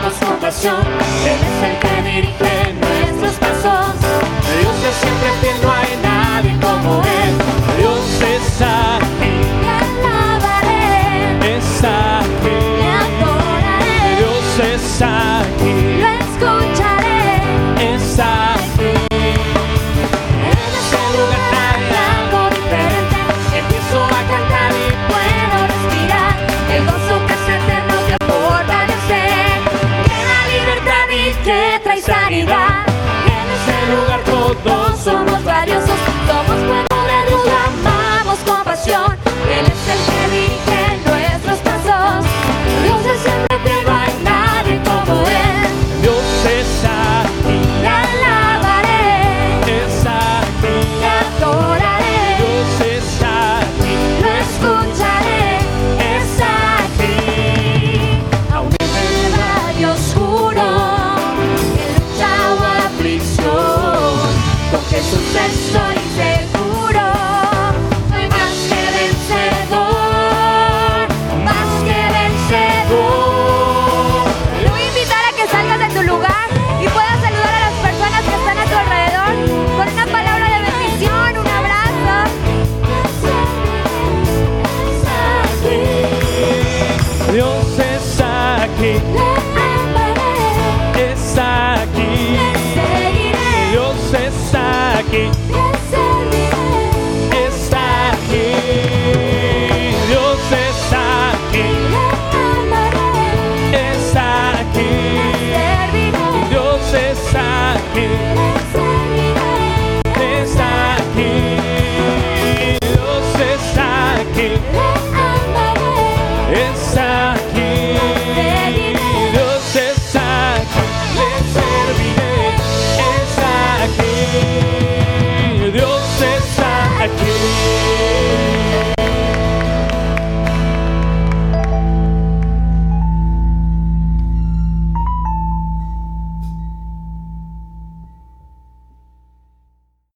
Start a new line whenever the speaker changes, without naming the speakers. dirección. Él es el que dirige nuestros pasos. Dios es siempre fiel, no hay nadie como Él. Dios es aquí,
Te alabaré,
es
te
aquí.
adoraré,
Dios es aquí,
lo escucharé.
es aquí.
En este lugar blanco diferente, empiezo a cantar y puedo respirar. El gozo que es eterno te fortalecer. Que da libertad y que trae sanidad. En este
En lugar
lugar todos
todos
somos valiosos, somos pueblo de luz, amamos con pasión. Él es el que dirige nuestros pasos. Dios es siempre fiel, no hay nadie como él.
Dios es aquí,
Te alabaré,
es aquí.
te adoraré.
Dios es aquí,
Lo escucharé, es aquí. Aún en el valle oscuro, en lucha o aflicción, con Jesús estoy seguro. Soy más que vencedor, más que vencedor. Te voy a invitar a que salgas de tu lugar y puedas saludar a las personas que están a tu alrededor con una palabra de bendición, un abrazo.
Dios es